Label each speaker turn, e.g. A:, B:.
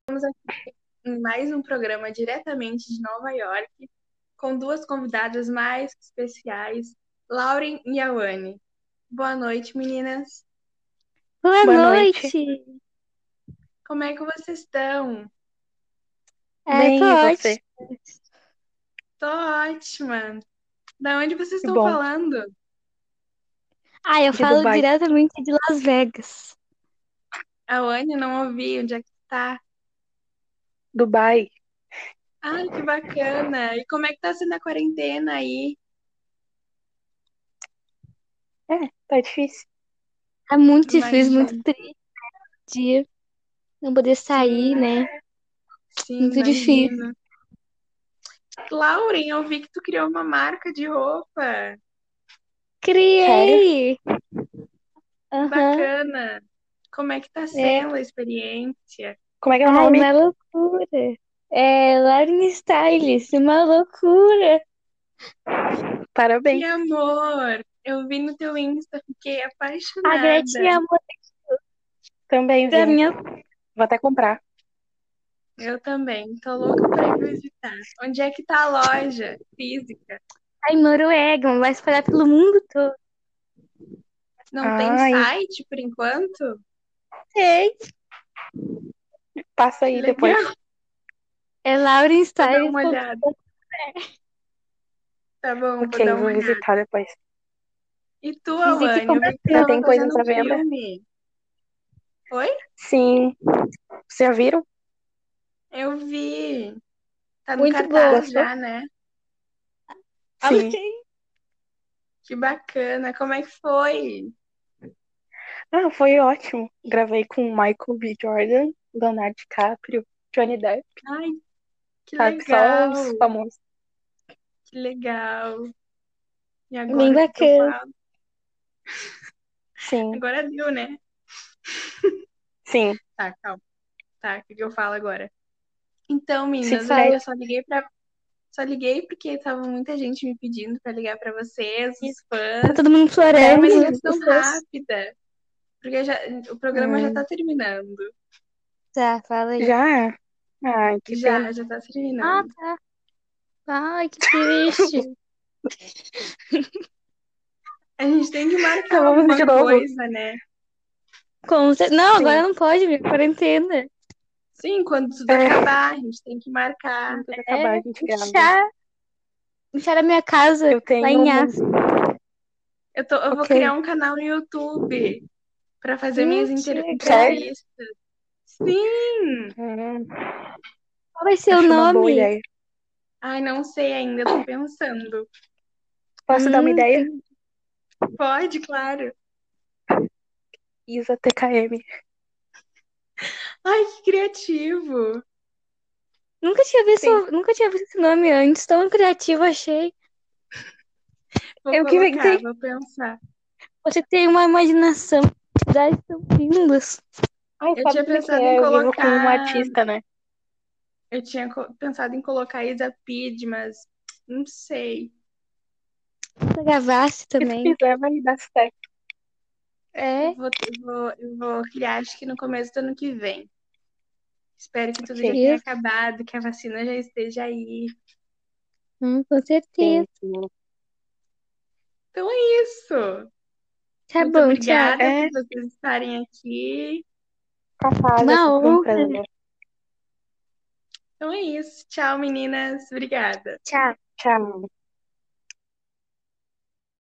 A: Estamos aqui em mais um programa diretamente de Nova York, com duas convidadas mais que especiais, Lauren e Awane. Boa noite, meninas.
B: Boa,
C: Boa
B: noite.
A: Como é que vocês estão?
B: É,
C: Bem,
B: tô
C: e
B: ótima.
C: você?
A: Tô ótima. Da onde vocês
C: Que
A: estão
C: bom.
A: falando?
B: Ah, eu
C: De
B: falo
C: Dubai.
B: diretamente de Las Vegas.
A: A Anne não ouvi, onde é que tá?
C: Dubai.
A: Ai, que bacana. E como é que tá sendo a quarentena aí?
C: Tá difícil.
B: É muito difícil,
A: Imagino.
B: muito triste dia. Não poder sair, né?
A: Sim,
B: Muito difícil.
A: imagino. Lauren, eu vi que tu criou uma marca de roupa.
B: Criei! Aham.
A: Bacana. Como é que tá sendo a experiência?
C: Como é que é o
B: Ai,
C: nome?
B: uma loucura. É, Lauren Styles, uma loucura.
C: Parabéns.
A: Que amor! Eu vi no teu Insta, fiquei
B: A
A: apaixonada.
B: Gretchen amou
C: Também
B: pra
C: vi.
B: minha
C: Vou até comprar.
A: Eu também. Tô louca pra ir visitar. Onde é que tá a loja física?
B: Ai, Noruega, mas vai espalhar pelo mundo todo.
A: Não
C: Ai.
A: tem site por enquanto?
B: Sei.
C: Passa aí
A: Legal.
C: depois.
B: É Lauren
A: Vou dar
B: Styles.
A: uma olhada. Tá bom,
C: Ok,
A: vou dar
C: vou
A: uma olhada.
C: visitar depois.
A: E tu,
B: Visite
A: Alane, eu vi que tu
C: Já
A: tava
C: tem coisas
A: fazendo
C: à venda?
A: filme.
C: Sim. Vocês já viram?
A: Eu vi. Tá no
B: Muito
A: cartaz
C: boa.
A: já, né? Ah,
C: Sim.
A: Que bacana. Como é que foi?
C: Ah, foi ótimo. Gravei com o Michael B. Jordan, Leonardo DiCaprio, Johnny Depp,
A: Ai, que
C: sabe?
A: legal.
C: Tá Só os famosos.
A: Que legal. E agora
B: Bem
A: o que que eu
B: bacana.
A: falo?
C: Sim,
A: Agora deu, né?
C: sim.
A: Tá, calma. Tá, o que que eu falo agora? Então, meninas,
C: fala.
A: eu só liguei pra... Só liguei porque tava muita gente me pedindo pra ligar pra vocês, os
B: Tá
A: fãs.
B: todo mundo
A: É, mas
B: florando.
A: eu tô tão rápida. Porque já, o programa já
C: Hum.
A: tá terminando.
B: Tá, fala aí.
C: Já? Ah, que pena.
A: Já, já tá terminando.
B: Ah, tá. Ai, que triste.
A: A gente tem que marcar
C: Vamos
A: alguma
C: de novo.
A: coisa, né?
B: Como você- Não, agora não pode, minha quarentena.
A: Sim, quando tudo
C: É.
A: acabar, a gente tem que marcar.
C: Quando tudo acabar, a gente grava.
B: Inchar. Inchar a minha casa.
C: Eu tenho
B: Lá em
C: uma-
A: Eu, tô, eu vou
C: Ok.
A: criar um canal no YouTube pra fazer minhas inter-
B: Mentira,
C: cara.
A: entrevistas. Sim!
C: Hum,
B: Qual vai ser o
C: acho uma boa
B: nome?
C: ideia.
A: Ai, não sei ainda, tô pensando.
C: Posso dar uma
B: Hum,
C: ideia?
A: Pode, claro.
C: Isa TKM.
A: Ai, que criativo!
B: Nunca tinha visto, nunca tinha visto esse nome antes. Tão criativo, achei.
A: Vou
C: Eu que
A: colocar,
C: inventei.
A: vou pensar.
B: Você tem uma imaginação. Idades são lindas.
C: Ai,
A: Eu
C: sabe
A: tinha
C: como é que
A: pensado
C: é?
A: em
C: Eu vivo com um
A: colocar-
C: artista, né?
A: Eu tinha co- pensado em colocar Isa Pid, mas não sei.
B: Se gravasse
C: Se
B: também.
C: fizer, vai dar certo.
B: É.
A: Eu vou, eu vou, eu vou criar, acho que no começo do ano que vem. Espero que tudo já
B: Ok.
A: tenha acabado, que a vacina já esteja aí.
B: Hum, com certeza.
C: assim, né?
A: Então é isso.
B: Tá
A: Muito
B: bom, tchau.
A: obrigada
C: É.
A: por vocês estarem aqui.
C: Capaz,
B: Uma
C: é sempre um
B: honra.
C: prazer.
A: Então é isso. Tchau, meninas. Obrigada.
B: Tchau.
C: Tchau.